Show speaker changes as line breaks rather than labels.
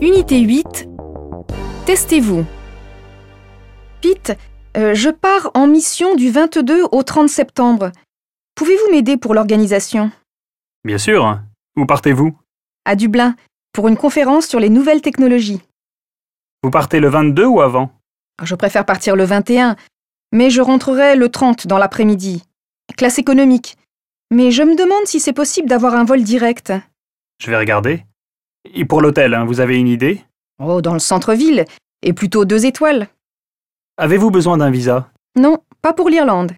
Unité 8. Testez-vous.
Pete, euh, je pars en mission du 22 au 30 septembre. Pouvez-vous m'aider pour l'organisation
Bien sûr. Où partez-vous
À Dublin, pour une conférence sur les nouvelles technologies. Ah,
Vous partez le 22 ou avant
Je préfère partir le 21, mais je rentrerai le 30 dans l'après-midi. Classe économique. Mais je me demande si c'est possible d'avoir un vol direct.
Je vais regarder. Et pour l'hôtel, hein, vous avez une idée
Oh, dans le centre-ville, et plutôt deux étoiles.
Avez-vous besoin d'un visa
Non, pas pour l'Irlande.